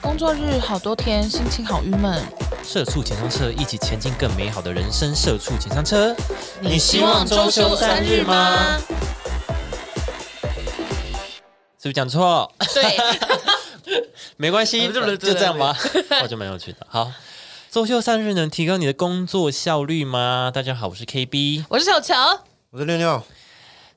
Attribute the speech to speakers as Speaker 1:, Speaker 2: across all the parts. Speaker 1: 工作日好多天，心情好郁闷。
Speaker 2: 社畜前上车，一起前进更美好的人生。社畜前上车，你希望周休三日吗？是不是讲错？
Speaker 1: 对，
Speaker 2: 没关 系，就这样吧。我觉得蛮有趣的。好，周休三日能提高你的工作效率吗？大家好，我是 KB。
Speaker 1: 我是小乔。
Speaker 3: 我是六六，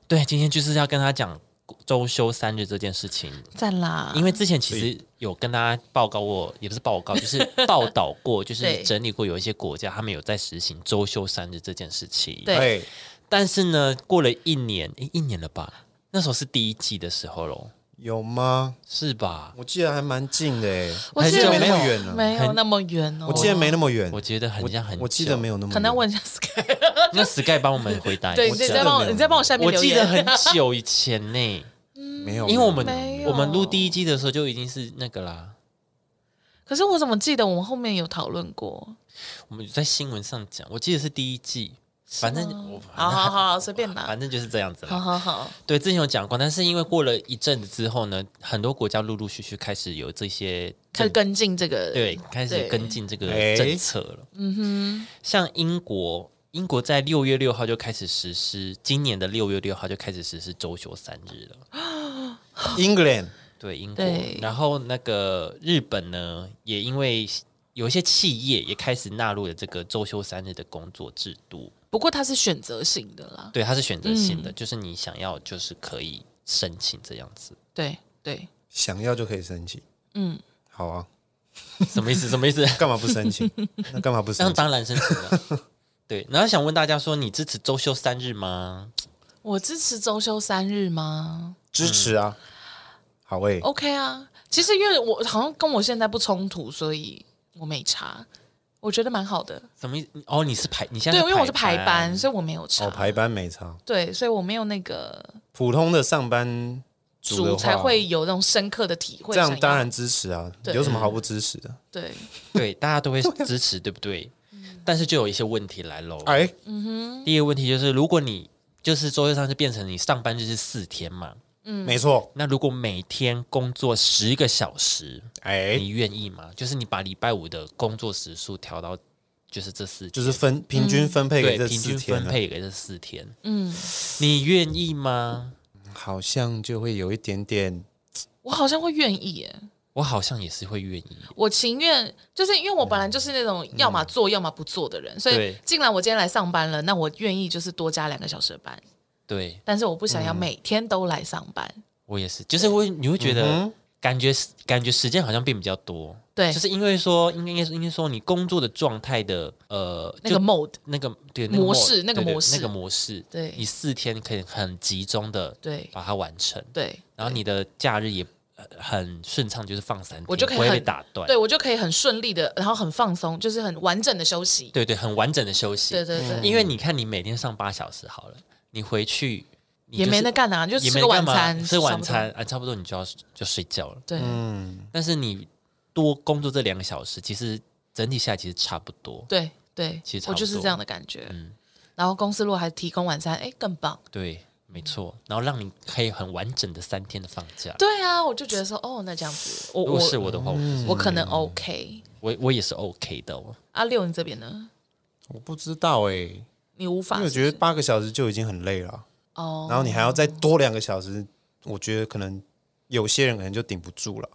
Speaker 2: 对，今天就是要跟他讲周休三日这件事情，
Speaker 1: 赞啦！
Speaker 2: 因为之前其实有跟大家报告过，也不是报 告，就是报道过，就是
Speaker 1: 对
Speaker 2: 整理过有一些国家他们有在实行周休三日这件事情。
Speaker 1: 对
Speaker 3: 哎，
Speaker 2: 但是呢，过了一年，诶，一年了吧？那时候是第一季的时候咯，
Speaker 3: 有吗？
Speaker 2: 是吧？
Speaker 3: 我记得还蛮近的诶，
Speaker 1: 我记得
Speaker 3: 还是没那么远啊，
Speaker 1: 没有那么远哦。
Speaker 3: 我记得没那么远，
Speaker 2: 我觉得很像很久，
Speaker 3: 我记得没有那么远，
Speaker 1: 可能要问一下 Sky。
Speaker 2: 那 Sky 哎帮我们回答一下。
Speaker 1: 对，
Speaker 3: 我
Speaker 1: 你
Speaker 3: 记得
Speaker 1: 再帮我，
Speaker 3: 没有
Speaker 1: 你再帮我下面
Speaker 2: 我
Speaker 1: 留
Speaker 2: 记得
Speaker 1: 言。嗯
Speaker 2: 很久以前呢、
Speaker 3: 没有，
Speaker 2: 因为我们
Speaker 1: 没有
Speaker 2: 我们录第一季的时候就已经是那个啦，
Speaker 1: 可是我怎么记得我们后面有讨论过？
Speaker 2: 我们在新闻上讲，我记得是第一季，反正我
Speaker 1: 好好好，随便拿
Speaker 2: 反。正就是这样子
Speaker 1: 好
Speaker 2: 啦。
Speaker 1: 好好，
Speaker 2: 对，之前有讲过，但是因为过了一阵子之后呢，很多国家陆陆续续开始有这些
Speaker 1: 开始跟进这个。
Speaker 2: 对，开始跟进这个
Speaker 3: 哎
Speaker 2: 政策了。嗯哼，像英国，英国在六月六号就开始实施，今年的六月六号就开始实施周休三日了。
Speaker 3: England
Speaker 2: 对，英国
Speaker 1: 对。
Speaker 2: 然后那个日本呢，也因为有一些企业也开始纳入了这个周休三日的工作制度。
Speaker 1: 不过它是选择性的啦。
Speaker 2: 对，它是选择性
Speaker 1: 嗯
Speaker 2: 的，就是你想要就是可以申请这样子。
Speaker 1: 对对，
Speaker 3: 想要就可以申请，
Speaker 1: 嗯，
Speaker 3: 好啊，
Speaker 2: 什么意思？什么意 思？
Speaker 3: 干嘛不申请？那干嘛不
Speaker 2: 那
Speaker 3: 申请？
Speaker 2: 当然申请了。对，然后想问大家说，你支持周休三日吗？
Speaker 1: 我支持周休三日吗
Speaker 3: 支持啊，好欸诶，
Speaker 1: ？OK 啊，其实因为我好像跟我现在不冲突，所以我没查，我觉得蛮好的。
Speaker 2: 什么意思？哦，你是排，你现在
Speaker 1: 对，因为我是排
Speaker 2: 排
Speaker 1: 班，，所以我没有查。
Speaker 3: 哦，排班没差，
Speaker 1: 对，所以我没有那个
Speaker 3: 普通的上班族的
Speaker 1: 主
Speaker 3: 话
Speaker 1: 才会有那种深刻的体会。
Speaker 3: 这样
Speaker 1: 想要
Speaker 3: 当然支持啊，
Speaker 1: 对
Speaker 3: 有什么好不支持的？
Speaker 1: 对，
Speaker 2: 对，大家都会
Speaker 3: 啊
Speaker 2: 支持，对不对？但是就有一些问题来
Speaker 1: 嗯
Speaker 2: 喽。
Speaker 3: 哎，
Speaker 2: 第一个问题就是，如果你就是周休三日变成你上班日是四天嘛，
Speaker 1: 嗯
Speaker 3: 没错，
Speaker 2: 那如果每天工作十个小时，
Speaker 3: 哎
Speaker 2: 你，愿意吗？就是你把礼拜五的工作时数调到就是这四天，
Speaker 3: 就是分平均分配给
Speaker 2: 对
Speaker 3: 这
Speaker 2: 平
Speaker 3: 四
Speaker 2: 均
Speaker 3: 天
Speaker 2: 分
Speaker 3: 啊，
Speaker 2: 配给这四天，
Speaker 1: 嗯，
Speaker 2: 你愿意吗？
Speaker 3: 好像就会有一点点
Speaker 1: 我好像会愿意耶，
Speaker 2: 我好像也是会愿意。
Speaker 1: 我情愿就是因为我本来就是那
Speaker 3: 嗯
Speaker 1: 种要么做、要么不做的人，所以
Speaker 2: 对
Speaker 1: 既然我今天来上班了，那我愿意就是多加两个小时的班，
Speaker 2: 对
Speaker 1: 但是我不想
Speaker 3: 嗯
Speaker 1: 要每天都来上班。
Speaker 2: 我也是，就是会你会觉得。
Speaker 3: 嗯哼
Speaker 2: 感觉时感觉时间好像变比较多，
Speaker 1: 对
Speaker 2: 就是因为说应该应该说应该说你工作的状态的呃
Speaker 1: 那个
Speaker 2: 就
Speaker 1: mode，
Speaker 2: 那个对那个
Speaker 1: 模
Speaker 2: mode，
Speaker 1: 式那个
Speaker 2: 对对
Speaker 1: 模式
Speaker 2: 那个模式，
Speaker 1: 对
Speaker 2: 你四天可以很集中的
Speaker 1: 对
Speaker 2: 把它完成，
Speaker 1: 对
Speaker 2: 然后你的假日也呃很顺畅，就是放三天，
Speaker 1: 我就可以
Speaker 2: 不会被
Speaker 1: 很
Speaker 2: 打断，
Speaker 1: 对，我就可以很顺利的，然后很放松，就是很完整的休息。
Speaker 2: 对对，嗯很完整的休息。
Speaker 1: 对对对，
Speaker 2: 因为你看你每天上八小时好了，你回去你
Speaker 1: 也
Speaker 2: 就是
Speaker 1: 没那干啊，就
Speaker 2: 也
Speaker 1: 吃
Speaker 2: 没
Speaker 1: 个晚
Speaker 2: 干嘛
Speaker 1: 餐，
Speaker 2: 吃
Speaker 1: 差
Speaker 2: 晚
Speaker 1: 不多。
Speaker 2: 餐啊，差不多你就要就睡觉了。
Speaker 1: 对
Speaker 3: 嗯，
Speaker 2: 但是你多工作这两个小时，其实整体下来其实差不多。
Speaker 1: 对对
Speaker 2: 其实，
Speaker 1: 我
Speaker 2: 差不
Speaker 1: 就是这
Speaker 2: 多
Speaker 1: 样的感觉。
Speaker 2: 嗯啊
Speaker 1: 然后公司如果还提供晚餐，哎，更棒。
Speaker 2: 对，没错。然后让你可以很完整的三天的放假。
Speaker 1: 对啊，我就觉得说，哦，那这样子，我
Speaker 2: 如果
Speaker 1: 我嗯
Speaker 2: 是我的话，我嗯就是
Speaker 1: 我可能 OK。
Speaker 2: 我我也是 OK 的哦。
Speaker 1: 阿六，你这边呢？
Speaker 3: 我不知道欸诶。
Speaker 1: 你无法
Speaker 3: 因
Speaker 1: 是不
Speaker 3: 为我
Speaker 1: 是，
Speaker 3: 觉得八个小时就已经很累了，
Speaker 1: 哦，
Speaker 3: 然后你还要再多两个小时，我觉得可能有些人可能就顶不住了。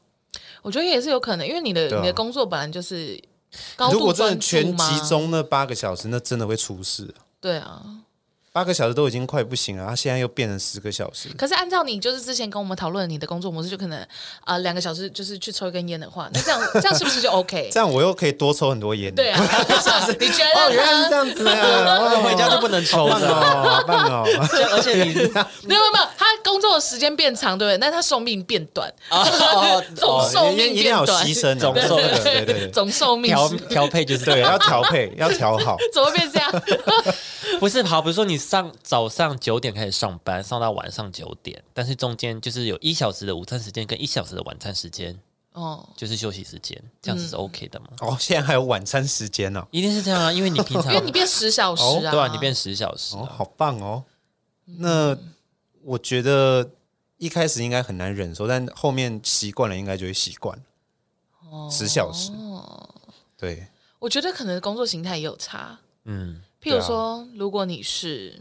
Speaker 1: 我觉得也是有可能，因为你的、
Speaker 3: 对啊
Speaker 1: 你的工作本来就是高
Speaker 3: 如
Speaker 1: 度
Speaker 3: 果真
Speaker 1: 专
Speaker 3: 的
Speaker 1: 注
Speaker 3: 全
Speaker 1: 嘛，
Speaker 3: 集中那八个小时，那真的会出事。
Speaker 1: 对啊。
Speaker 3: 八个小时都已经快不行了，他现在又变成十个小时，
Speaker 1: 可是按照你就是之前跟我们讨论你的工作模式，就可能啊两、个小时就是去抽一根烟的话，那这样这样是不是就 OK？
Speaker 3: 这样我又可以多抽很多烟。
Speaker 1: 对啊， 你觉
Speaker 3: 哦，
Speaker 1: 得
Speaker 3: 原来
Speaker 1: 呢
Speaker 3: 是？这样 子啊！
Speaker 2: 回家就不能啊抽
Speaker 3: 棒
Speaker 2: 了，
Speaker 3: 哦，好棒哦！
Speaker 2: 而且你
Speaker 1: 没有没有没有，他工作的时间变长，对不对？但他寿命变短，
Speaker 2: 哦
Speaker 1: 总
Speaker 2: 哦
Speaker 1: 寿
Speaker 3: 因为
Speaker 1: 命
Speaker 3: 一定
Speaker 1: 变
Speaker 3: 要有
Speaker 1: 短，
Speaker 3: 牺牲啊，
Speaker 2: 总
Speaker 3: 对
Speaker 2: 寿
Speaker 3: 对对对对，
Speaker 1: 总寿命
Speaker 2: 调
Speaker 1: 是
Speaker 2: 调配 就是
Speaker 3: 对
Speaker 2: 对，
Speaker 3: 要调配，要调 好。
Speaker 1: 怎么变这样？
Speaker 2: 不是好，比如说你上早上九点开始上班，上到晚上九点，但是中间就是有一小时的午餐时间跟一小时的晚餐时间，
Speaker 1: 哦，
Speaker 2: 就是休息时间，这样
Speaker 1: 嗯
Speaker 2: 子是 OK 的吗？
Speaker 3: 哦，现在还有晚餐时间哦，
Speaker 2: 一定是这样啊，因为你平 常
Speaker 1: 因为你变十小时啊，
Speaker 2: 对啊，你变十小时
Speaker 1: 嗯
Speaker 3: 哦，
Speaker 2: 啊、
Speaker 3: 好棒哦。那我觉得一开始应该很难忍受，但后面习惯了，应该就会习惯。
Speaker 1: 哦
Speaker 3: 十小时，对，
Speaker 1: 我觉得可能工作形态也有差。
Speaker 2: 嗯，
Speaker 1: 譬如说，如果你是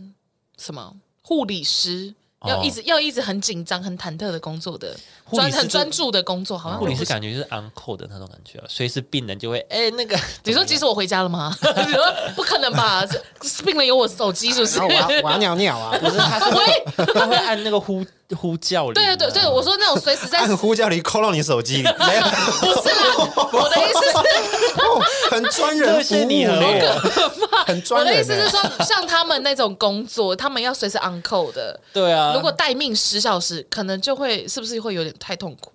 Speaker 1: 什么护理师，
Speaker 2: 哦
Speaker 1: 要一直要一直很紧张、很忐忑的工作的，
Speaker 2: 护理
Speaker 1: 专
Speaker 2: 师
Speaker 1: 很
Speaker 2: 就
Speaker 1: 专注的工作，好像
Speaker 2: 护理师
Speaker 1: 感。
Speaker 2: 感觉就是 on call 的那种感觉啊，随时病人就会哎、那个，
Speaker 1: 你说即使我回家了 吗？ 你说不可能吧？这这病人有我手机是不是？
Speaker 4: 然后我要我要尿尿 啊，
Speaker 2: 不是他是
Speaker 1: 喂，
Speaker 2: 他会按那个呼呼叫铃啊
Speaker 1: 对对对，我说那种随时
Speaker 2: 哎
Speaker 1: 在，
Speaker 3: 按呼叫铃扣到你手机里，没 有，
Speaker 1: 不是啦，我的意思是，
Speaker 3: 哦很专人服
Speaker 2: 这是
Speaker 3: 务
Speaker 2: 你和
Speaker 3: 呢，
Speaker 2: 我，
Speaker 3: 很
Speaker 1: 啊我
Speaker 3: 专
Speaker 1: 的意
Speaker 3: 人欸
Speaker 1: 思是
Speaker 3: 呢。
Speaker 1: 说，像他们那种工作，他们要随时 on call 的，
Speaker 2: 对啊，
Speaker 1: 如果待命十小时，可能就会是不是会有点太痛苦？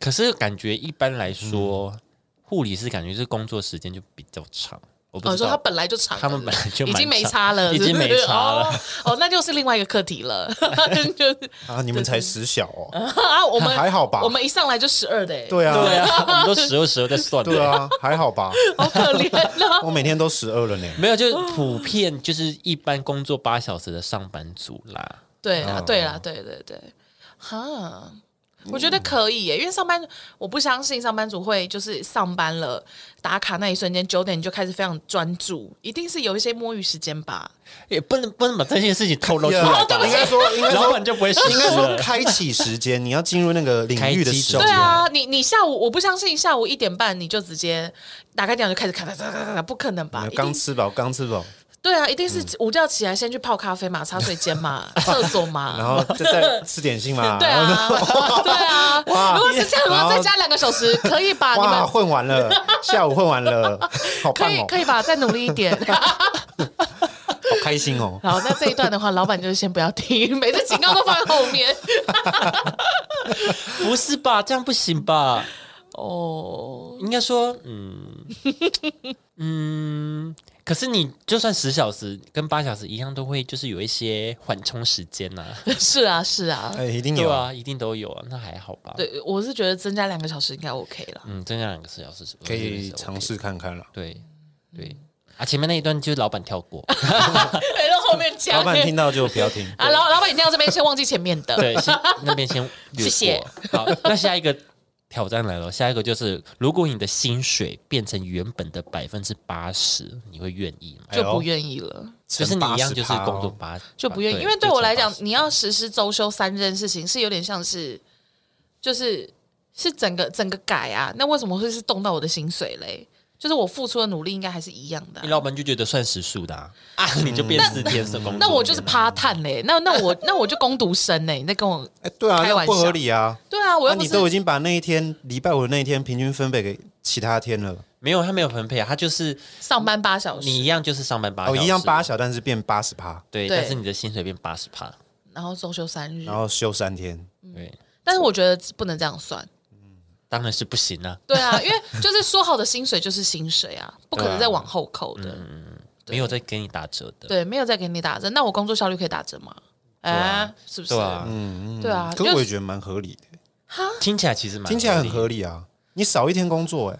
Speaker 2: 可是感觉一般来说，护理师感觉是工作时间就比较长，我不
Speaker 1: 我
Speaker 2: 知
Speaker 1: 哦说他
Speaker 2: 道。
Speaker 1: 本来就长了，
Speaker 2: 他们本来就
Speaker 1: 已
Speaker 2: 蛮
Speaker 1: 经没
Speaker 2: 长
Speaker 1: 差了，
Speaker 2: 已
Speaker 1: 是
Speaker 2: 经
Speaker 1: 不是
Speaker 2: 没差了。
Speaker 1: 哦，哦那就是另外一个课题了， 就是
Speaker 3: 啊，你们才十小哦，
Speaker 1: 啊，我们
Speaker 3: 还好吧
Speaker 1: 我们一上来就十二的，哎，
Speaker 3: 对啊，
Speaker 2: 对啊，我们都十二十二在算的。
Speaker 3: 对啊，还 好吧，
Speaker 1: 好可怜啊。
Speaker 3: 我每天都十二了呢。
Speaker 2: 没有，就是普遍就是一般工作八小时的上班族啦。
Speaker 1: 对
Speaker 2: 哦
Speaker 1: 啊，对啦，对对对，哈，我觉得
Speaker 3: 嗯
Speaker 1: 可以耶，因为上班我不相信上班族会就是上班了打卡那一瞬间九点就开始非常专注，一定是有一些摸鱼时间吧。
Speaker 2: 也不能不能把这件事情透露出来
Speaker 1: 哦
Speaker 3: 呀
Speaker 2: 吧？
Speaker 3: 应该说，应该
Speaker 2: 老
Speaker 3: 说，
Speaker 2: 板就不会失
Speaker 3: 应
Speaker 2: 职
Speaker 3: 该说
Speaker 2: 了。
Speaker 3: 开启时间，你要进入那个领域的
Speaker 2: 开
Speaker 3: 时
Speaker 2: 启中
Speaker 1: 对
Speaker 3: 间。
Speaker 1: 啊，你你下午我不相信下午一点半你就直接打开电脑就开始咔咔咔咔咔，不可能吧？一
Speaker 3: 刚
Speaker 1: 定
Speaker 3: 吃饱，刚吃饱，
Speaker 1: 对啊，一定
Speaker 3: 嗯
Speaker 1: 是午觉起来先去泡咖啡嘛，擦水间 嘛，厕所嘛，
Speaker 3: 然后再再吃点心嘛。
Speaker 1: 对
Speaker 3: 然后
Speaker 1: 啊， 对啊。
Speaker 3: 哇
Speaker 1: 如果是这样的
Speaker 3: 然
Speaker 1: 话，
Speaker 3: 后
Speaker 1: 再加两个小时可以吧？你
Speaker 3: 哇，
Speaker 1: 们
Speaker 3: 混 完了，下午混完了，好
Speaker 1: 可
Speaker 3: 棒
Speaker 1: 以
Speaker 3: 哦，
Speaker 1: 可以吧？再努力一点。
Speaker 3: 好开心哦。
Speaker 1: 好，那这一段的话，老板就是先不要听，每次警告都放在后 面。
Speaker 2: 不是吧？这样不行吧？
Speaker 1: 哦，
Speaker 2: 应该说，嗯 嗯，可是你就算十小时跟八小时一样，都会就是有一些缓冲时间呐、
Speaker 1: 是啊，是啊，
Speaker 3: 哎，一定
Speaker 2: 对
Speaker 3: 有，
Speaker 2: 啊，一定都有啊，那还好吧？，
Speaker 1: 对，我是觉得增加两个小时应该 OK 了。
Speaker 2: 嗯，增加两个四小时是
Speaker 3: 可以
Speaker 2: 是 OK
Speaker 3: 尝试看看了。
Speaker 2: 对对啊，前面那一段就是老板跳 过，
Speaker 1: 哎，到后面加
Speaker 3: 老板听到就不要听，
Speaker 1: 啊，老老板，你听到 这边先忘记前面的。
Speaker 2: 对，先那边先略
Speaker 1: 谢谢
Speaker 2: 过。好，那下一个挑战来了，下一个就是，如果你的薪水变成原本的百分之八十，你会愿意
Speaker 3: 哎
Speaker 2: 吗？
Speaker 1: 就不愿意了，
Speaker 2: 就是你一样，就是工作
Speaker 3: 80%哦
Speaker 2: 八，
Speaker 1: 就不
Speaker 2: 啊
Speaker 1: 愿意，因为对我来讲，你要实施周休三件事情是有点像是，就是是整个整个改啊。那为什么会是动到我的薪水嘞？就是我付出的努力应该还是一样的啊、
Speaker 2: 你老板就觉得算时数的啊，啊你就变四天是工作，
Speaker 1: 那我就是趴探嘞，那那我那我就攻读生嘞，你在跟我
Speaker 3: 哎，对啊，
Speaker 1: 开
Speaker 3: 那
Speaker 1: 玩
Speaker 3: 不
Speaker 1: 笑
Speaker 3: 合理啊。
Speaker 1: 对啊，我
Speaker 3: 那
Speaker 1: 又不
Speaker 3: 你
Speaker 1: 是、
Speaker 3: 都已经把那一天礼拜五的那一天平均分配给其他天了，
Speaker 2: 没有他没有分配啊，他就是
Speaker 1: 上班八小时，
Speaker 2: 你一样就是上班八小
Speaker 3: 哦，
Speaker 2: 时，
Speaker 3: 一样八小，但是变八十趴，
Speaker 2: 对，
Speaker 1: 对
Speaker 2: 但是你的薪水变八十趴，
Speaker 1: 然后周休三日
Speaker 3: 然，后休三天，
Speaker 1: 嗯
Speaker 2: 对，
Speaker 1: 但是我觉得不能这样算。
Speaker 2: 当然是不行啊，
Speaker 1: 对啊，因为就是说好的薪水就是薪水啊，不可能再往后扣的。
Speaker 2: 没有再给你打折的，
Speaker 1: 对，没有再给你打折，那我工作效率可以打折吗？哎、是不是？
Speaker 2: 对啊，
Speaker 3: 嗯，嗯
Speaker 1: 对啊
Speaker 3: 可
Speaker 1: 就是
Speaker 3: 我也觉得蛮合理的，
Speaker 2: 听起来其实蛮
Speaker 3: 听起来很
Speaker 2: 合理的
Speaker 3: 合理啊。你少一天工作，哎，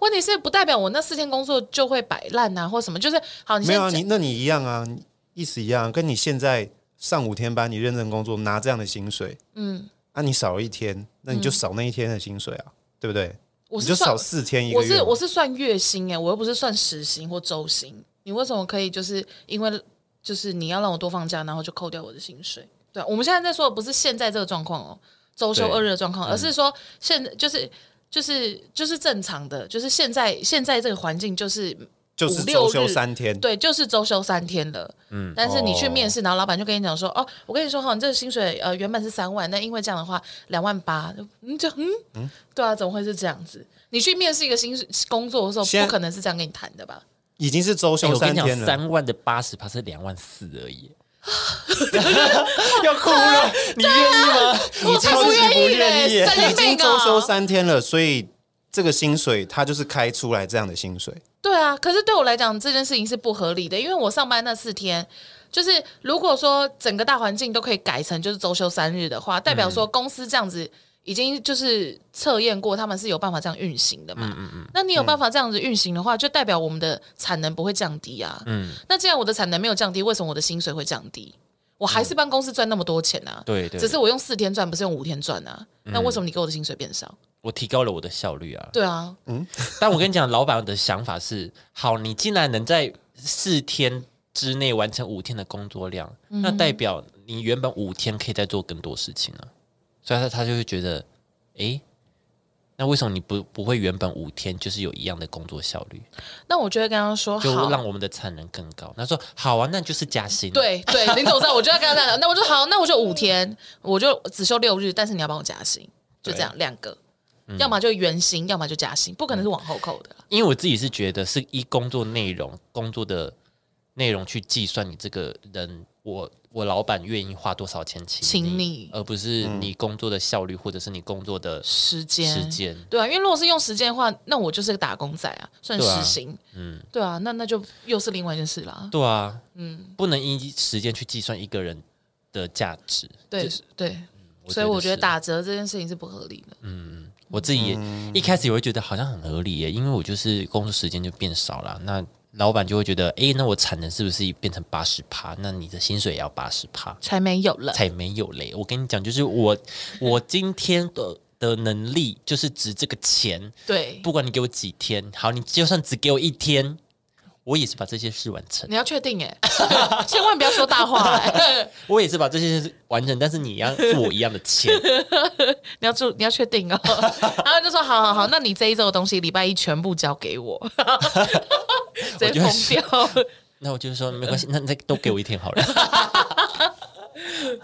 Speaker 1: 问题是不代表我那四天工作就会摆烂啊，或什么。就是好，你
Speaker 3: 没
Speaker 1: 先
Speaker 3: 有啊，
Speaker 1: 讲
Speaker 3: 你那你一样啊，你意思一样，跟你现在上五天班，你认真工作拿这样的薪水，
Speaker 1: 嗯，
Speaker 3: 啊，你少一天，那你就少那一天的薪水啊，对不对？
Speaker 1: 我
Speaker 3: 你
Speaker 1: 是
Speaker 3: 就
Speaker 1: 算
Speaker 3: 少四天一个
Speaker 1: 我
Speaker 3: 月
Speaker 1: 是
Speaker 3: 嘛，
Speaker 1: 我是算月薪哎、我又不是算时薪或周薪。你为什么可以就是因为就是你要让我多放假，然后就扣掉我的薪水？对啊，我们现在在说的不是现在这个状况哦，周休
Speaker 2: 对
Speaker 1: 二日的状
Speaker 3: 嗯
Speaker 1: 况，而是说现就是就是就是正常的，就是现在现在这个环境就是
Speaker 3: 就是
Speaker 1: 五六
Speaker 3: 周
Speaker 1: 日
Speaker 3: 休三天，
Speaker 1: 对，就是周休三天了。嗯，但是你去面试，然后老板就跟你讲说，哦，我跟你说哈，你这个薪水呃原本是三万，那因为这样的话两万八，嗯，就嗯对啊，怎么会是这样子？你去面试一个薪水工作的时候，
Speaker 3: 现在
Speaker 1: 不可能是这样跟你谈的吧？
Speaker 3: 已经是周
Speaker 2: 哎
Speaker 3: 休
Speaker 2: 我跟
Speaker 3: 三
Speaker 2: 你讲
Speaker 3: 天，了，
Speaker 2: 三万的八十趴是两万四而已， 啊要哭 了，你愿意吗？
Speaker 1: 哦我才不愿意嘞，
Speaker 2: 耶
Speaker 1: 神
Speaker 3: 已
Speaker 1: 经
Speaker 3: 经
Speaker 1: 病
Speaker 3: 周休
Speaker 1: 啊！
Speaker 3: 三天了，所以这个薪水它就是开出来这样的薪水，
Speaker 1: 对啊，可是对我来讲，这件事情是不合理的，因为我上班那四天。就是如果说整个大环境都可以改成就是周休三日的话，代
Speaker 2: 嗯
Speaker 1: 表说公司这样子已经就是测验过，他们是有办法这样运行的嘛？
Speaker 2: 嗯
Speaker 1: 那你有办法这样子运行的话，就代表我
Speaker 2: 嗯
Speaker 1: 们的产能不会降低啊。那既然我的产能没有降低，为什么我的薪水会降低？我还是帮公司赚那么多钱啊。
Speaker 2: 嗯对对，嗯
Speaker 1: 只是我用四天赚，不是用五天赚啊。那为什么你给我的薪水变少？
Speaker 2: 我提高了我的效率啊。
Speaker 1: 对啊，
Speaker 2: 但我跟你讲，老板的想法是：好，你竟然能在四天之内完成五天的工作量，那代表你原本五天可以再做更多事情啊。所以他他就会觉得，诶，那为什么你不不会原本五天就是有一样的工作效率，
Speaker 1: 那我就会跟他说
Speaker 2: 就
Speaker 1: 好。
Speaker 2: 让我们的产能更高？他说好啊，那就是加薪。，
Speaker 1: 对对，林总在，我就要跟他这样讲，那我就好，那我就五天，我就只休六日，但是你要帮我加薪，就这样两个，要么就原薪，要么就加薪，不可能是往后扣的啦。
Speaker 2: 因为我自己是觉得是依工作内容、工作的内容去计算你这个人，我我老板愿意花多少钱请
Speaker 1: 请你
Speaker 2: 而不是你工作的效率或者是你工作的
Speaker 1: 时间，
Speaker 2: 时间。
Speaker 1: 对啊，因为如果是用时间的话，那我就是个打工仔啊，算
Speaker 2: 对啊
Speaker 1: 时薪，嗯，对啊，那那就又是另外一件事啦。
Speaker 2: 对啊，嗯，不能依时间去计算一个人的价值。
Speaker 1: 对
Speaker 2: 这
Speaker 1: 对，
Speaker 2: 我
Speaker 1: 所以我觉得
Speaker 2: 是
Speaker 1: 打折这件事情是不合理的。
Speaker 2: 我自己也、一开始也会觉得好像很合理耶，因为我就是工作时间就变少了，那老板就会觉得，诶，那我产能是不是变成八十趴？那你的薪水也要八十趴？
Speaker 1: 才没有了，
Speaker 2: 才没有嘞！我跟你讲，就是我我今天的的能力就是值这个钱，
Speaker 1: 对，
Speaker 2: 不管你给我几天，好，你就算只给我一天，我也是把这些事完成，
Speaker 1: 你要确定哎、千万不要说大话、欸，
Speaker 2: 我也是把这些事完成，但是你要付我一样的 钱，
Speaker 1: 你要注你要确定 哦。然后就说好好好，那你这一周的东西礼拜一全部交给我， 直接
Speaker 2: 就会
Speaker 1: 疯掉。
Speaker 2: 那我就说没关系，那那都给我一天好了。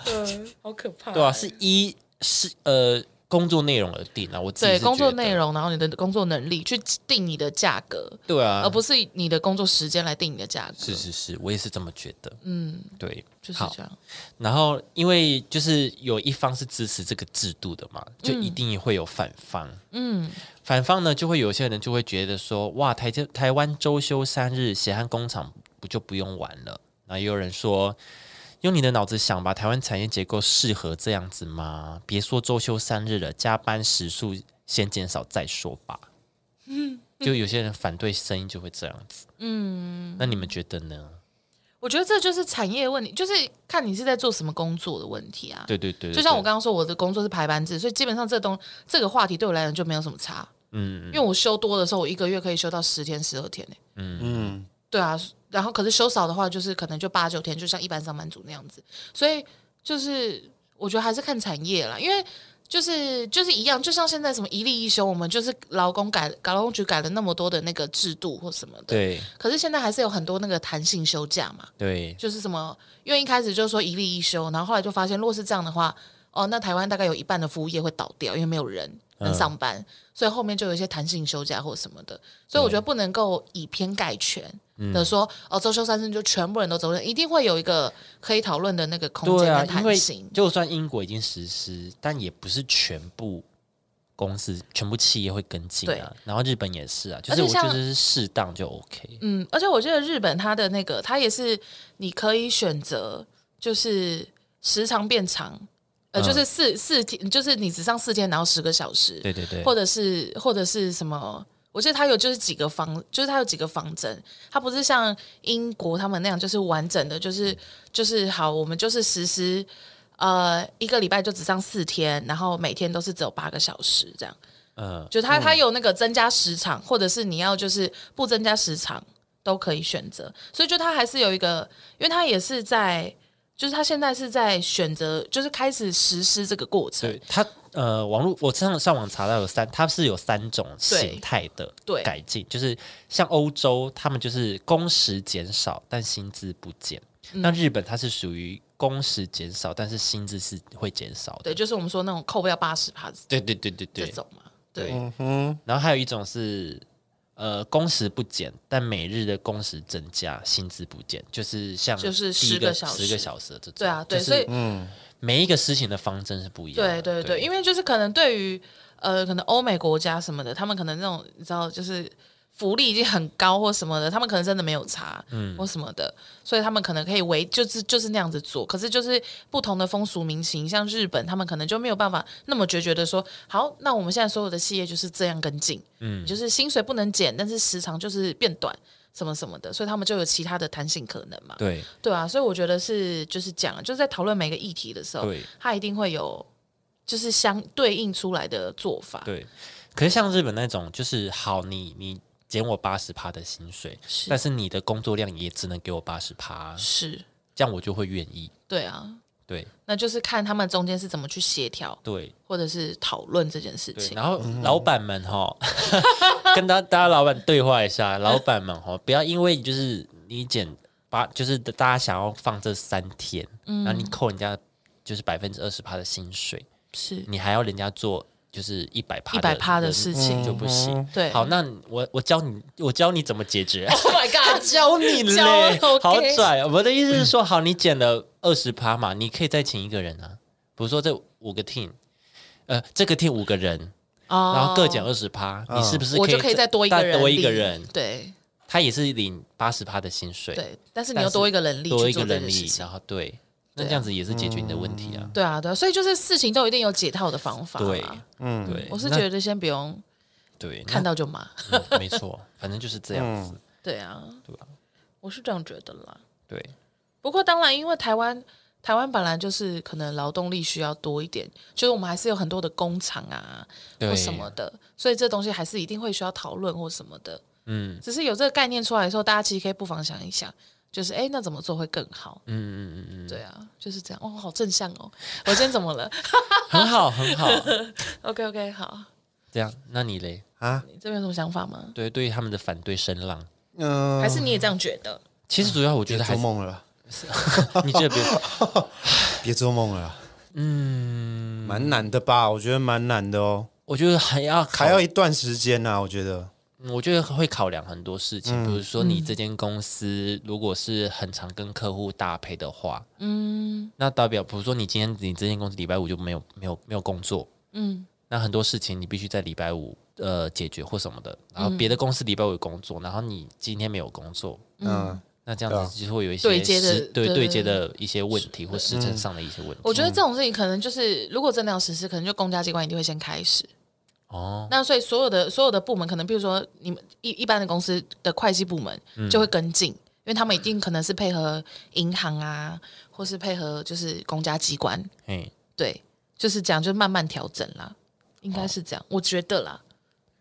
Speaker 1: 嗯，好可怕、
Speaker 2: 对啊，是一是呃工作内容而定啊，我自己
Speaker 1: 对
Speaker 2: 是
Speaker 1: 工作
Speaker 2: 觉得
Speaker 1: 内，容，然后你的工作能力去定你的价格，
Speaker 2: 对啊，
Speaker 1: 而不是你的工作时间来定你的价格。
Speaker 2: 是是是，我也是这么觉得，
Speaker 1: 嗯，
Speaker 2: 对，
Speaker 1: 就是
Speaker 2: 好
Speaker 1: 这样。
Speaker 2: 然后因为就是有一方是支持这个制度的
Speaker 1: 嗯
Speaker 2: 嘛，就一定会有反方。嗯，反方呢，就会有些人就会觉得说，哇，台这台湾周休三日，血汗工厂不就不用玩了？那也有人说。用你的脑子想吧，台湾产业结构适合这样子吗？别说周休三日了，加班时数先减少再说 吧。嗯，就有些人反对声音就会这样子。嗯，那你们觉得呢？
Speaker 1: 我觉得这就是产业问题，就是看你是在做什么工作的问题啊。
Speaker 2: 对对对对
Speaker 1: 就像我
Speaker 2: 对
Speaker 1: 刚刚说，我的工作是排班制，所以基本上这东这个话题对我来讲就没有什么差。嗯，因为我休多的时候，我一个月可以休到十天、十二天呢、欸
Speaker 3: 嗯，
Speaker 1: 对啊，然后可是休少的话，就是可能就八九天，就像一般上班族那样子。所以就是我觉得还是看产业啦，因为就是就是一样，就像现在什么一例一休，我们就是劳工改劳工局改了那么多的那个制度或什么的，
Speaker 2: 对
Speaker 1: 可是现在还是有很多那个弹性休假嘛。
Speaker 2: 对，
Speaker 1: 就是什么，因为一开始就说一例一休，然后后来就发现，如果是这样的话，哦，那台湾大概有一半的服务业会倒掉，因为没有人能上班，所以后面就有一些弹性休假或什么的。所以我觉得不能够以偏概全的说，
Speaker 2: 嗯
Speaker 1: 哦，周休三日就全部人都周休，一定会有一个可以讨论的那个空
Speaker 2: 对
Speaker 1: 间
Speaker 2: 啊，
Speaker 1: 跟
Speaker 2: 因
Speaker 1: 弹
Speaker 2: 为
Speaker 1: 性。
Speaker 2: 就算英国已经实施，但也不是全部公司、全部企业会跟进啊。然后日本也是啊，就
Speaker 1: 而且
Speaker 2: 是我觉
Speaker 1: 像
Speaker 2: 得是适当就 OK。
Speaker 1: 嗯，而且我觉得日本它的那个，它也是你可以选择，就是时长变长，呃，
Speaker 2: 嗯
Speaker 1: 就是四、四天，就是你只上四天，然后十个小时，
Speaker 2: 对对对，
Speaker 1: 或者是或者是什么？我记得它有就是几个方，就是它有几个方针，它不是像英国他们那样，就是完整的，就是
Speaker 2: 嗯
Speaker 1: 就是好，我们就是实施呃一个礼拜就只上四天，然后每天都是只有八个小时这样。
Speaker 2: 嗯，
Speaker 1: 就它它有那个增加时长，或者是你要就是不增加时长都可以选择，所以就它还是有一个，因为它也是在。就是它现在是在选择，就是开始实施这个过程
Speaker 2: 对。它呃，网络我上上网查到有三，它是有三种
Speaker 1: 对
Speaker 2: 形态的
Speaker 1: 对
Speaker 2: 改进，就是像欧洲他们就是工时减少，但薪资不减。
Speaker 1: 嗯
Speaker 2: 那日本它是属于工时减少，但是薪资是会减少的
Speaker 1: 对，。就是我们说那种扣不掉八十趴
Speaker 2: 对对对对嗯
Speaker 1: 这
Speaker 2: 对，
Speaker 1: 种嘛。对，
Speaker 2: 对然后还有一种是，呃，工时不减，但每日的工时增加，薪资不减，就是像
Speaker 1: 就是
Speaker 2: 第一
Speaker 1: 10个小时
Speaker 2: 十个小时的这种。
Speaker 1: 对啊，对，
Speaker 2: 就是嗯
Speaker 1: 所以
Speaker 2: 每一个事情的方针是不一样
Speaker 1: 对
Speaker 2: 的。
Speaker 1: 对对，因为就是可能对于呃，可能欧美国家什么的，他们可能那种你知道就是。福利已经很高或什么的，他们可能真的没有差，嗯，或什么的，所以他们可能可以为就是就是那样子做。可是就是不同的风俗民情，像日本，他们可能就没有办法那么决绝的说，好，那我们现在所有的企业就是这样跟进，嗯，就是薪水不能减，但是时长就是变短，什么什么的，所以他们就有其他的弹性可能嘛。
Speaker 2: 对
Speaker 1: 对啊，所以我觉得是就是讲，就是在讨论每个议题的时候
Speaker 2: 对，
Speaker 1: 它一定会有就是相对应出来的做法。
Speaker 2: 对。可是像日本那种，就是好，你你减我八十趴的薪水，
Speaker 1: 是
Speaker 2: 但是你的工作量也只能给我八十趴，
Speaker 1: 是，
Speaker 2: 这样我就会愿意。
Speaker 1: 对啊，
Speaker 2: 对
Speaker 1: 那就是看他们中间是怎么去协调，
Speaker 2: 对
Speaker 1: 或者是讨论这件事
Speaker 2: 对，
Speaker 1: 情。
Speaker 2: 然后老板们哈， 跟大大家老板对话一下，老板们哈，不要因为就是你减八，就是大家想要放这三天，
Speaker 1: 嗯
Speaker 2: 然后你扣人家就是百分之二十趴的薪水，
Speaker 1: 是，
Speaker 2: 你还要人家做就是一百趴
Speaker 1: 100%的事情
Speaker 2: 就不行。
Speaker 1: 对。
Speaker 2: 好，那我我教你，我教你怎么 解决。
Speaker 1: Oh my god！
Speaker 2: 教你
Speaker 1: 教
Speaker 2: 嘞，
Speaker 1: OK
Speaker 2: 好拽！我的意思是说，好，你减了二十趴嘛，你可以再请一个人啊，比如说这五个 team，呃，这个 team 五个人，
Speaker 1: 哦
Speaker 2: 然后各减二十趴，
Speaker 3: 嗯
Speaker 2: 你是不是
Speaker 1: 我就
Speaker 2: 可
Speaker 1: 可
Speaker 2: 以
Speaker 1: 以再多一个人力，
Speaker 2: 多一个人，
Speaker 1: 对
Speaker 2: 他也是领八十趴的薪水，
Speaker 1: 对，但是你
Speaker 2: 但
Speaker 1: 又
Speaker 2: 是
Speaker 1: 多一个人力
Speaker 2: 多
Speaker 1: 去
Speaker 2: 一个
Speaker 1: 做这
Speaker 2: 人
Speaker 1: 件事
Speaker 2: 力，
Speaker 1: 情，
Speaker 2: 然后对，那
Speaker 1: 对啊
Speaker 2: 这样子也是解决你的问题啊。
Speaker 1: 对啊对啊，所以就是事情都一定有解套的方法嘛。
Speaker 2: 对，
Speaker 3: 嗯，
Speaker 2: 对，
Speaker 1: 我是
Speaker 2: 那
Speaker 1: 觉得先不用
Speaker 2: 对，
Speaker 1: 看到就骂，
Speaker 2: 那嗯没错，反正就是这样
Speaker 3: 嗯
Speaker 2: 子，
Speaker 1: 对啊，
Speaker 2: 对吧？
Speaker 1: 我是这样觉得啦。
Speaker 2: 对，
Speaker 1: 不过当然，因为台湾台湾本来就是可能劳动力需要多一点，就是我们还是有很多的工厂啊
Speaker 2: 对
Speaker 1: 或什么的，所以这东西还是一定会需要讨论或什么的。
Speaker 2: 嗯
Speaker 1: 只是有这个概念出来的时候，大家其实可以不妨想一想，就是哎，诶那怎么做会更好？
Speaker 2: 嗯嗯嗯嗯，
Speaker 1: 对啊，就是这样。哦，好正向哦。我今天怎么了
Speaker 2: 很好很好，
Speaker 1: ？OK OK，好，
Speaker 2: 这样，那你嘞？
Speaker 3: 啊，
Speaker 1: 你这边有什么想法吗？
Speaker 2: 对，对于他们的反对声浪，
Speaker 3: 嗯、
Speaker 1: 还是你也这样觉得？
Speaker 2: 其实主要我觉
Speaker 3: 别
Speaker 2: 得还
Speaker 3: 做
Speaker 2: 是
Speaker 3: 梦了啦，
Speaker 2: 你这边
Speaker 3: 别做梦了啦，嗯，蛮难的吧？我觉得蛮难的哦，
Speaker 2: 我觉得还要考
Speaker 3: 还要一段时间呐、我觉得，
Speaker 2: 嗯我觉得会考量很多事情，比
Speaker 1: 嗯
Speaker 2: 如说你这间公司如果是很常跟客户搭配的话，嗯，那代表比如说你今天你这间公司礼拜五就没有没有没有工作，
Speaker 1: 嗯，
Speaker 2: 那很多事情你必须在礼拜五呃解决或什么的，然后
Speaker 1: 嗯
Speaker 2: 别的公司礼拜五有工作，然后你今天没有工作，
Speaker 3: 嗯，
Speaker 2: 那这样子就会有一些
Speaker 1: 对接的
Speaker 2: 时对
Speaker 1: 对嗯
Speaker 2: 对接的一些问题或时政上的一些问题。
Speaker 1: 我觉得这种事情可能就是，如果真的要实施，可能就公家机关一定会先开始。
Speaker 2: 哦，
Speaker 1: 那所以所有的所有的部门，可能比如说你们一一般的公司的会计部门
Speaker 2: 嗯
Speaker 1: 就会跟进，因为他们一定可能是配合银行啊，或是配合就是公家机关，
Speaker 2: 嘿，
Speaker 1: 对，就是这样，就慢慢调整啦，应该是这样，我觉得啦，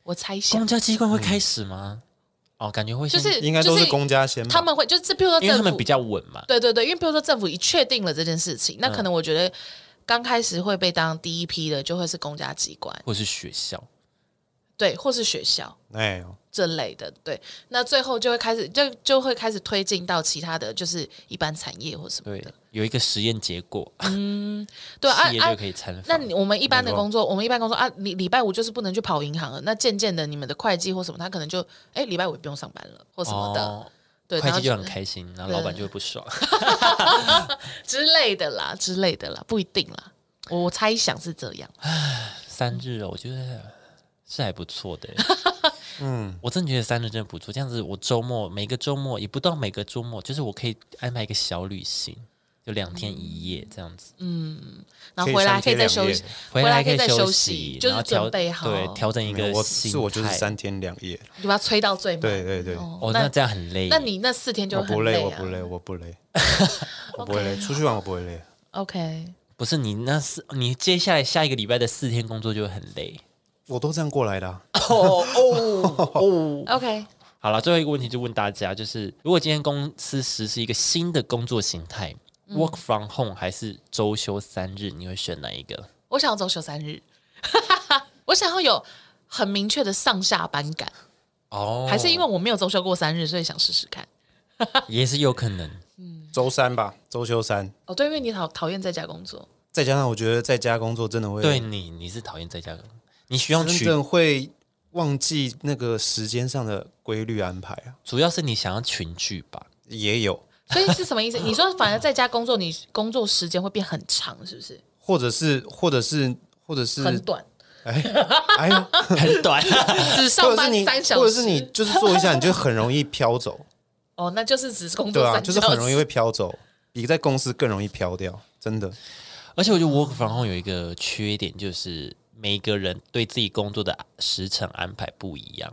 Speaker 1: 我猜想
Speaker 2: 哦公。家机关会开始吗？哦，感觉会
Speaker 1: 就
Speaker 2: 先
Speaker 1: 是
Speaker 3: 应该都
Speaker 1: 就是
Speaker 3: 公家先吧
Speaker 1: 他们会就是，比如说
Speaker 2: 因为
Speaker 1: 政
Speaker 2: 他们
Speaker 1: 府
Speaker 2: 比，较稳嘛，
Speaker 1: 对对对，因为比如说政府一确定了这件事情，那
Speaker 2: 嗯
Speaker 1: 可能我觉得刚开始会被当第一批的就会是公家机关，
Speaker 2: 或是学校。
Speaker 1: 对，或是学校
Speaker 3: 哎、
Speaker 1: 这类的，对，那最后就会开始就就会开始推进到其他的就是一般产业或什么
Speaker 2: 对
Speaker 1: 的，，
Speaker 2: 有一个实验结果，
Speaker 1: 对 啊
Speaker 2: 企业就
Speaker 1: 啊。
Speaker 2: 可以参
Speaker 1: 那
Speaker 2: 访。
Speaker 1: 你我们一般的
Speaker 3: 没错
Speaker 1: 工作，我们一般工作啊，礼礼拜五就是不能去跑银行了。那渐渐的，你们的会计或什么，他可能就哎礼拜五也不用上班了，或什么的，
Speaker 2: 哦
Speaker 1: 对，
Speaker 2: 会
Speaker 1: 然后
Speaker 2: 计就很开心，然后老板就会不爽。
Speaker 1: 之类的啦，之类的啦，不一定啦。我我猜想是这样，
Speaker 2: 三日哦，我觉得是还不错的。欸 嗯，我真的觉得三日真的不错。这样子，我周末每个周末也不到每个周末，就是我可以安排一个小旅行，就两天一夜这样子，
Speaker 1: 然后回来还可
Speaker 3: 可
Speaker 1: 以
Speaker 3: 以
Speaker 1: 再
Speaker 3: 三天
Speaker 1: 休息
Speaker 3: 两夜，
Speaker 1: 嗯回
Speaker 2: 来
Speaker 1: 来可以再休
Speaker 2: 息
Speaker 1: 息，，就
Speaker 2: 然后
Speaker 1: 是
Speaker 2: 调
Speaker 1: 准备好，
Speaker 2: 对，调整一
Speaker 3: 没有
Speaker 2: 个
Speaker 3: 我
Speaker 2: 心
Speaker 3: 是我就是
Speaker 2: 态。
Speaker 3: 三天两夜，
Speaker 1: 你把它吹到最满。
Speaker 3: 对对对，
Speaker 1: 哦
Speaker 2: 哦，那
Speaker 1: 那
Speaker 2: 这样很累。
Speaker 1: 那你那四天就
Speaker 3: 我
Speaker 1: 很
Speaker 3: 不累，我
Speaker 1: 啊
Speaker 3: 不累，我 不累，我不会累，出去玩我不会累，
Speaker 1: OK，
Speaker 2: 不是你那是你接下来下一个礼拜的四天工作就会很累。
Speaker 3: 我都这样过来的啊、
Speaker 2: 哦哦 哦！
Speaker 1: OK，
Speaker 2: 好了，最后一个问题就问大家，就是如果今天公司实施一个新的工作形态、w o r k from home 还是周休三日，你会选哪一个？
Speaker 1: 我想要走休三日， 我想要有很明确的上下班感，
Speaker 2: 哦
Speaker 1: 还是因为我没有周休过三日，所以想试试看。
Speaker 2: 也是有可能，
Speaker 3: 周三吧，周休三，
Speaker 1: 哦，对，因为你讨讨厌在家工作，
Speaker 3: 再加上我觉得在家工作真的会
Speaker 2: 对你你是讨厌在家，你需要
Speaker 3: 真
Speaker 2: 取，
Speaker 3: 正会忘记那个时间上的规律安排啊，
Speaker 2: 主要是你想要群聚吧？
Speaker 3: 也有，
Speaker 1: 所以是什么 意思？你说反而在家工作，你工作时间会变很长，是不是？
Speaker 3: 或者是或者是或者是
Speaker 1: 很短，
Speaker 3: 哎呦，
Speaker 2: 很短，
Speaker 1: 只上
Speaker 3: 或者是
Speaker 1: 班
Speaker 3: 你
Speaker 1: 三小时，
Speaker 3: 或者是你就是做一下，你就很容易飘走，
Speaker 1: 哦，那就是只是工
Speaker 3: 对
Speaker 1: 作
Speaker 3: 啊，
Speaker 1: 三
Speaker 3: 就是很容易
Speaker 1: 小时
Speaker 3: 会飘走，比在公司更容易飘掉，真的。
Speaker 2: 而且我觉得 work from home 有一个缺点，就是每个人对自己工作的时程安排不一样。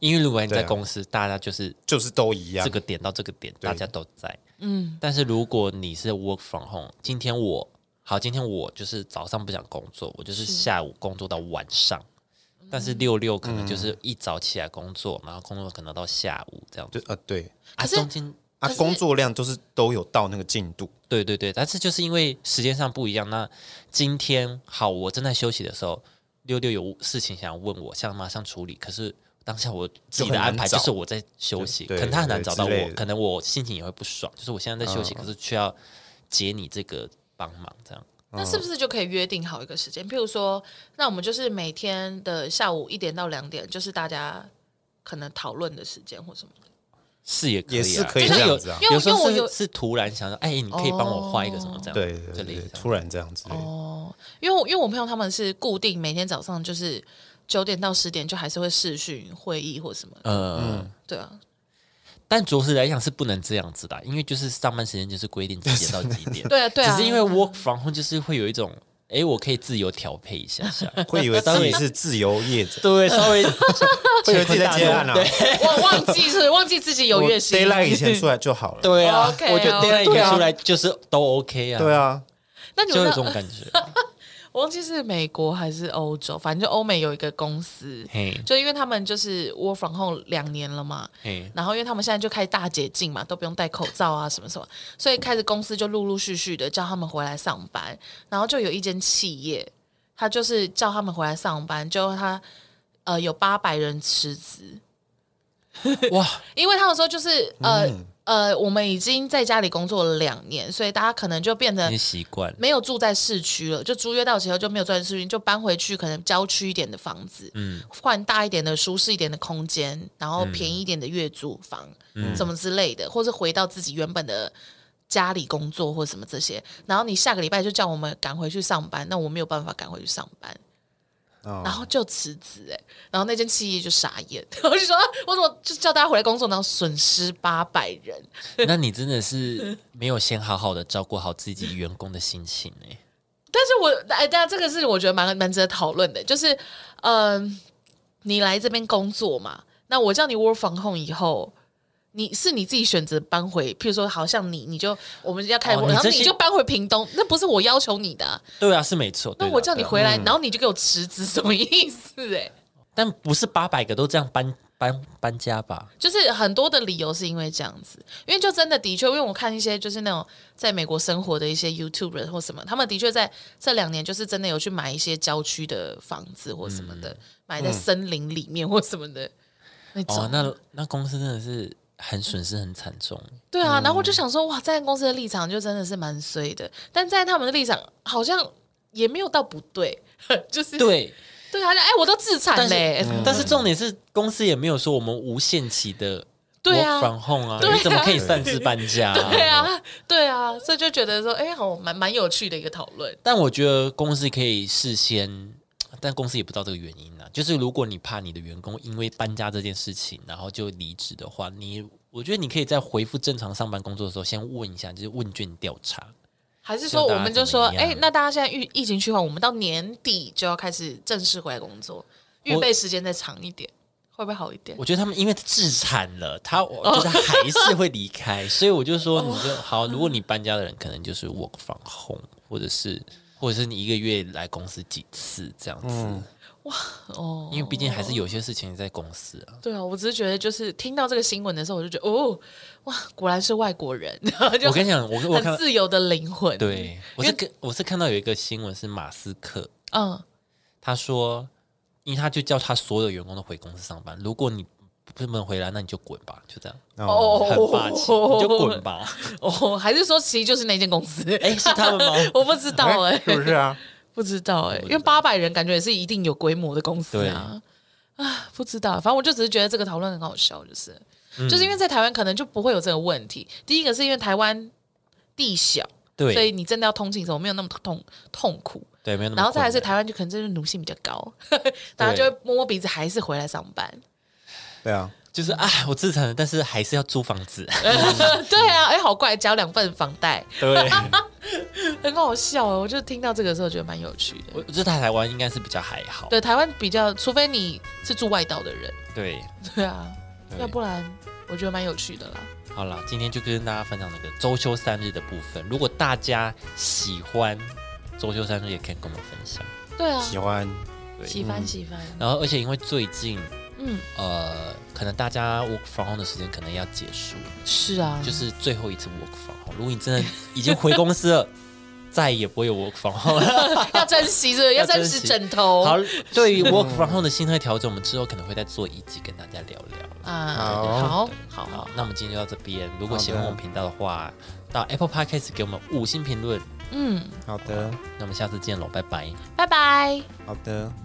Speaker 2: 因为如果你在
Speaker 3: 对啊
Speaker 2: 公司，大家就是
Speaker 3: 就是都一样
Speaker 2: 这。个点到这个点，
Speaker 3: 对
Speaker 2: 大家都在。
Speaker 1: 嗯，
Speaker 2: 但是如果你是 work from home，今天我好，今天我就是早上不想工作，我就是下午工作到晚上。
Speaker 1: 嗯
Speaker 2: 但是六六可能就是一早起来工作，然后工作可能到下午这样
Speaker 3: 对
Speaker 2: 子。
Speaker 3: 啊，对
Speaker 2: 啊，
Speaker 1: 可是
Speaker 2: 中间
Speaker 3: 啊
Speaker 1: 可，是
Speaker 3: 工作量都是都有到那个进度，
Speaker 2: 对对对，但是就是因为时间上不一样，那今天好，我正在休息的时候，六六有事情想要问我，想马上处理，可是当下我自己的安排
Speaker 3: 就很难找
Speaker 2: 就是我在休息，
Speaker 3: 对
Speaker 2: 可能他很难找到
Speaker 3: 对之
Speaker 2: 我
Speaker 3: 类，的嗯
Speaker 2: 可能我心情也会不爽，就是我现在在休息，可是却要接你这个帮忙，这样
Speaker 1: 那是不是就可以约定好一个时间？譬如说，那我们就是每天的下午一点到两点，就是大家可能讨论的时间或什么的。
Speaker 2: 是也可以、啊，
Speaker 3: 也是可以
Speaker 2: 就是
Speaker 3: 这
Speaker 2: 有
Speaker 3: 样子啊
Speaker 1: 因为
Speaker 2: 有时
Speaker 1: 因为
Speaker 2: 候
Speaker 1: 我
Speaker 2: 是
Speaker 1: 有
Speaker 2: 是突然想到，哎，你可以帮我画一个什么这样，
Speaker 3: 对
Speaker 2: 之
Speaker 3: 对
Speaker 2: 类
Speaker 3: 对，
Speaker 2: 的这样。
Speaker 3: 突然这样子，
Speaker 1: 哦，因为我因为我朋友他们是固定每天早上就是九点到十点就还是会视讯会议或什么的，
Speaker 3: 嗯
Speaker 2: 呃，
Speaker 1: 对啊，
Speaker 2: 但着实来讲是不能这样子的啊，因为就是上班时间就是规定几点到几点，
Speaker 1: 对啊，对啊，
Speaker 2: 只是因为 work from home 就是会有一种，哎，我可以自由调配一下 下，
Speaker 3: 会以为自己是自由 业者，
Speaker 2: 对，稍微会
Speaker 3: 会以为自己在接案啊，
Speaker 1: 我忘记是忘记自己有月薪
Speaker 3: d a y l i g h t 以前出来就好了。
Speaker 2: 对啊，
Speaker 1: OK，
Speaker 2: 我觉得
Speaker 1: 哦 OK
Speaker 2: 电影演出来就是都 OK 啊，
Speaker 3: 对，啊，
Speaker 1: 那你
Speaker 2: 就
Speaker 1: 们
Speaker 2: 有
Speaker 1: 那
Speaker 2: 这种感 觉，
Speaker 1: 我忘记是美国还是欧洲，反正就欧美有一个公司，
Speaker 2: 嘿
Speaker 1: 就因为他们就是 work from home 两年了嘛，
Speaker 2: 嘿，
Speaker 1: 然后因为他们现在就开始大解禁嘛，都不用戴口罩啊什么什么，所以开始公司就陆陆续续的叫他们回来上班，然后就有一间企业，他就是叫他们回来上班，就他呃有八百人辞职，
Speaker 2: 哇，
Speaker 1: 因为他们说就是呃、呃我们已经在家里工作了两年，所以大家可能就变得
Speaker 2: 你习惯
Speaker 1: 没有住在市区了，就租约到期后就没有住在市区，就搬回去可能郊区一点的房子，嗯，换大一点的、舒适一点的空间，然后便宜一点的月租房，什么之类的，或是回到自己原本的家里工作或什么这些。然后你下个礼拜就叫我们赶回去上班，那我没有办法赶回去上班。
Speaker 3: 哦
Speaker 1: 然后就辞职哎，然后那间企业就傻眼， 然后就说、啊我怎么就叫大家回来工作，然后损失八百人，
Speaker 2: 那你真的是没有先好好的照顾好自己员工的心情哎，
Speaker 1: 但是我哎，但这个是我觉得蛮蛮值得讨论的，就是嗯、你来这边工作嘛，那我叫你 work from home 以后。你是你自己选择搬回，譬如说，好像你你就我们要开始
Speaker 2: 哦
Speaker 1: 玩，
Speaker 2: 你
Speaker 1: 然后
Speaker 2: 这
Speaker 1: 你
Speaker 2: 些
Speaker 1: 就搬回屏东，那不是我要求你的啊、
Speaker 2: 对啊，是没错，
Speaker 1: 那
Speaker 2: 对啦
Speaker 1: 我叫你，
Speaker 2: 对啦啊嗯
Speaker 1: 回来，然后你就给我辞职，什么意思、哎，
Speaker 2: 但不是八百个都这样搬搬搬家吧？
Speaker 1: 就是很多的理由是因为这样子，因为就真的的确，因为我看一些就是那种在美国生活的一些 YouTuber 或什么，他们的确在这两年就是真的有去买一些郊区的房子或什么的，
Speaker 2: 嗯
Speaker 1: 买在森林里面或什么的、那种。
Speaker 2: 哦，那那公司真的是很损失很惨重，
Speaker 1: 对啊，
Speaker 2: 嗯
Speaker 1: 然后我就想说，哇，站在公司的立场就真的是蛮衰的，但在他们的立场好像也没有到不对， 就是
Speaker 2: 对。
Speaker 1: 对啊，哎，我都自残
Speaker 2: 但是
Speaker 1: 嘞、
Speaker 2: 但是重点是，公司也没有说我们无限期的
Speaker 1: 对啊
Speaker 2: work from home 啊，
Speaker 1: 对啊
Speaker 2: 你怎么可以擅自搬家、
Speaker 1: 对。
Speaker 2: 嗯
Speaker 1: 啊， 对啊，所以就觉得说，哎，好，蛮蛮有趣的一个讨论。
Speaker 2: 但我觉得公司可以事先，但公司也不知道这个原因啊。就是如果你怕你的员工因为搬家这件事情，然后就离职的话，你我觉得你可以在恢复正常上班工作的时候，先问一下，就是问卷调查。
Speaker 1: 还是说我们就说，
Speaker 2: 像大家怎么
Speaker 1: 哎、
Speaker 2: 样
Speaker 1: 那大家现在疫疫情趋缓，我们到年底就要开始正式回来工作，预备时间再长一点，会不会好一点？
Speaker 2: 我觉得他们因为自产了，他我觉得还是会离开，所以我就说，你就好，如果你搬家的人可能就是 work from home，或者是或者是你一个月来公司几次这样子，
Speaker 1: 哦，
Speaker 2: 因为毕竟还是有些事情在公司啊。
Speaker 1: 对啊，我只是觉得就是听到这个新闻的时候，我就觉得，哦，哇，果然是外国人， 就
Speaker 2: 我跟你讲，我我看
Speaker 1: 很
Speaker 2: 到
Speaker 1: 自由的灵魂。，
Speaker 2: 对，我是跟我是看到有一个新闻是马斯克，
Speaker 1: 嗯，
Speaker 2: 他说，因为他就叫他所有员工都回公司上班，如果你不能回来，那你就滚吧，就这样，
Speaker 3: 哦，
Speaker 2: 很霸气，你就 滚吧。
Speaker 1: 哦，还是说其实就是那间公司？
Speaker 2: 哎、是他们吗？
Speaker 1: 我不知道哎、
Speaker 3: 哎是不是啊？
Speaker 1: 不知道哎、因为八百人感觉也是一定有规模的公司啊。啊，不知道，反正我就只是觉得这个讨论很好笑，就是、
Speaker 2: 嗯
Speaker 1: 就是因为在台湾可能就不会有这个问题。第一个是因为台湾地小，所以
Speaker 2: 对
Speaker 1: 你真的要通勤的时候没有那么痛痛苦，
Speaker 2: 对，没有那么困难。
Speaker 1: 然后再来是台湾就可能真的奴性比较高，大家就会摸摸鼻子还是回来上 班。
Speaker 3: 对啊，
Speaker 2: 就是啊，我自残了，但是还是要租房 子。
Speaker 1: 对啊，哎、好怪，交两份房贷，
Speaker 2: 对，
Speaker 1: 很好笑哦。我就听到这个时候觉得蛮有趣的。
Speaker 2: 我觉得在台湾应该是比较还好。
Speaker 1: 对，台湾比较，除非你是住外岛的人，
Speaker 2: 对，
Speaker 1: 对啊，
Speaker 2: 对
Speaker 1: 要不然我觉得蛮有趣的啦。
Speaker 2: 好啦，今天就跟大家分享这个周休三日的部分。如果大家喜欢周休三日，也可以跟我们分享。
Speaker 1: 对啊，
Speaker 3: 喜欢
Speaker 1: 喜欢喜欢，
Speaker 2: 然后，而且因为最近
Speaker 1: 嗯，
Speaker 2: 呃，可能大家 work from home 的时间可能要结束，
Speaker 1: 是啊，
Speaker 2: 就是最后一次 work from home。如果你真的已经回公司了， 再也不会有 work from home
Speaker 1: 哦
Speaker 2: 了。
Speaker 1: 要珍惜，这要
Speaker 2: 要
Speaker 1: 珍
Speaker 2: 珍
Speaker 1: 惜
Speaker 2: 惜
Speaker 1: 枕头。
Speaker 2: 好，对于 work from home 的心态调整，我们之后可能会再做一集跟大家聊聊。
Speaker 1: 啊，
Speaker 3: 好
Speaker 1: 好，好，
Speaker 2: 好
Speaker 1: 好，，
Speaker 2: 啊那我们今天就到这边。如果喜欢
Speaker 3: 好
Speaker 2: 我
Speaker 3: 的
Speaker 2: 们频道的话，到 Apple Podcast 给我们五星评论。
Speaker 1: 嗯，
Speaker 3: 好的，
Speaker 2: 那我们下次见喽，拜拜。
Speaker 1: 拜拜。
Speaker 3: 好的。